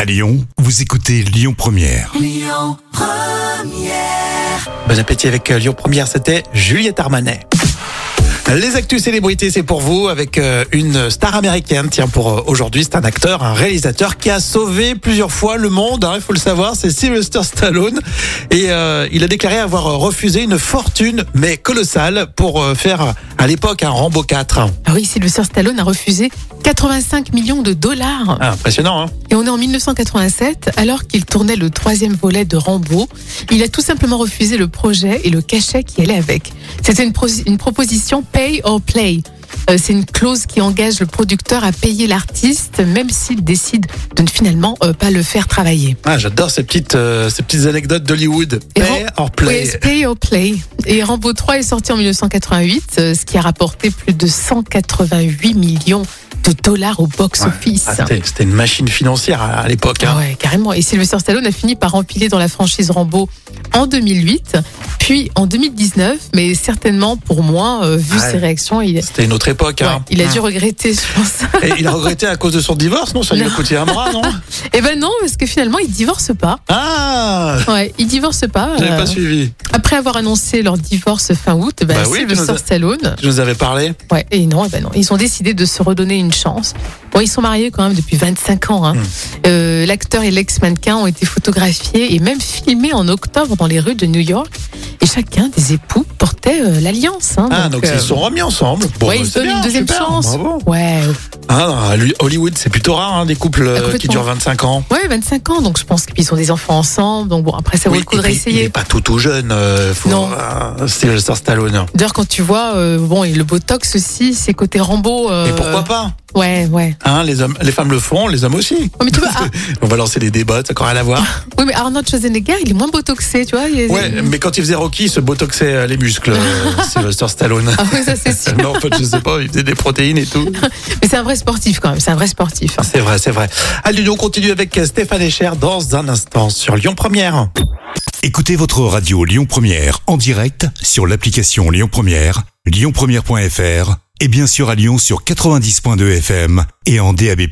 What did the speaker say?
À Lyon, vous écoutez Lyon Première. Bon appétit avec euh, Lyon Première, c'était Juliette Armanet. Les actus célébrités, c'est pour vous avec euh, une star américaine. Tiens, pour euh, aujourd'hui, c'est un acteur, un réalisateur qui a sauvé plusieurs fois le monde. hein, Il faut le savoir, c'est Sylvester Stallone. Et euh, il a déclaré avoir euh, refusé une fortune, mais colossale, pour euh, faire à l'époque un Rambo 4. Ah oui, Sylvester Stallone a refusé 85 millions de dollars. Ah, impressionnant, hein Et on est en 1987, alors qu'il tournait le troisième volet de Rambo. Il a tout simplement refusé le projet et le cachet qui allait avec. C'était une, pro- une proposition pay or play. Euh, C'est une clause qui engage le producteur à payer l'artiste, même s'il décide de ne finalement euh, pas le faire travailler. Ah, J'adore ces petites, euh, ces petites anecdotes d'Hollywood. Et Pay or play. Oui, c'est pay or play. Et Rambo 3 est sorti en 1988, euh, ce qui a rapporté plus de 188 millions de dollars au box-office. Ah, C'était c'était une machine financière à, à l'époque. hein. Ah ouais, carrément. Et Sylvester Stallone a fini par empiler dans la franchise Rambo en 2008, puis en 2019, mais certainement pour moins, euh, vu Ah Ouais. ses réactions, il, C'était une autre époque. ouais, hein. il a dû regretter, je pense. Et il a regretté à cause de son divorce, non Ça lui a Non. coûté un bras, non Eh ben non, parce que finalement, il divorce pas. Ah Ouais, il divorce pas. J'avais Euh, pas suivi. après avoir annoncé leur divorce fin août, ben, Bah oui, Sylvester tu nous as- Stallone, Tu nous avais parlé. ouais, et non, eh ben non, ils ont décidé de se redonner une chance. Bon, ils sont mariés quand même depuis 25 ans. hein. Hmm. Euh, L'acteur et l'ex-mannequin ont été photographiés et même filmés en octobre dans les rues de New York. Et chacun des époux portait euh, l'alliance. hein. Ah, donc euh, ils se sont remis ensemble. Bon, ouais, bah, ils se c'est donnent bien, une deuxième super, chance. bravo. Ouais, Ah, non, à lui- Hollywood, c'est plutôt rare, hein, des couples euh, qui Ah, complètement. durent 25 ans. ouais, 25 ans, donc je pense qu'ils ont des enfants ensemble. Donc bon, après ça vaut Oui, le coup et de puis, Il réessayer. est pas tout tout jeune. euh, faut- Non. euh, Sylvester Stallone. D'ailleurs, quand tu vois, euh, bon, et le Botox aussi, c'est côté Rambo. euh, Et pourquoi pas Ouais, ouais. hein, les, hommes, les femmes le font, les hommes aussi. Oh, mais tu vois, ah, On va lancer des débats, ça n'a rien à voir. oui, mais Arnold Schwarzenegger, il est moins botoxé, tu vois. il est- Ouais, mais quand il faisait Rocky, il se botoxait euh, les muscles, euh, Sylvester Stallone. Ah oui, ça c'est sûr. non, en fait, je sais pas, il faisait des protéines et tout. Mais c'est un vrai sportif quand même, c'est un vrai sportif. hein. C'est vrai, c'est vrai. Allez, on continue avec Stéphane Echer dans un instant sur Lyon Première. Écoutez votre radio Lyon Première en direct sur l'application Lyon Première, lyonpremière.fr et bien sûr à Lyon sur 90.2 FM et en DAB+.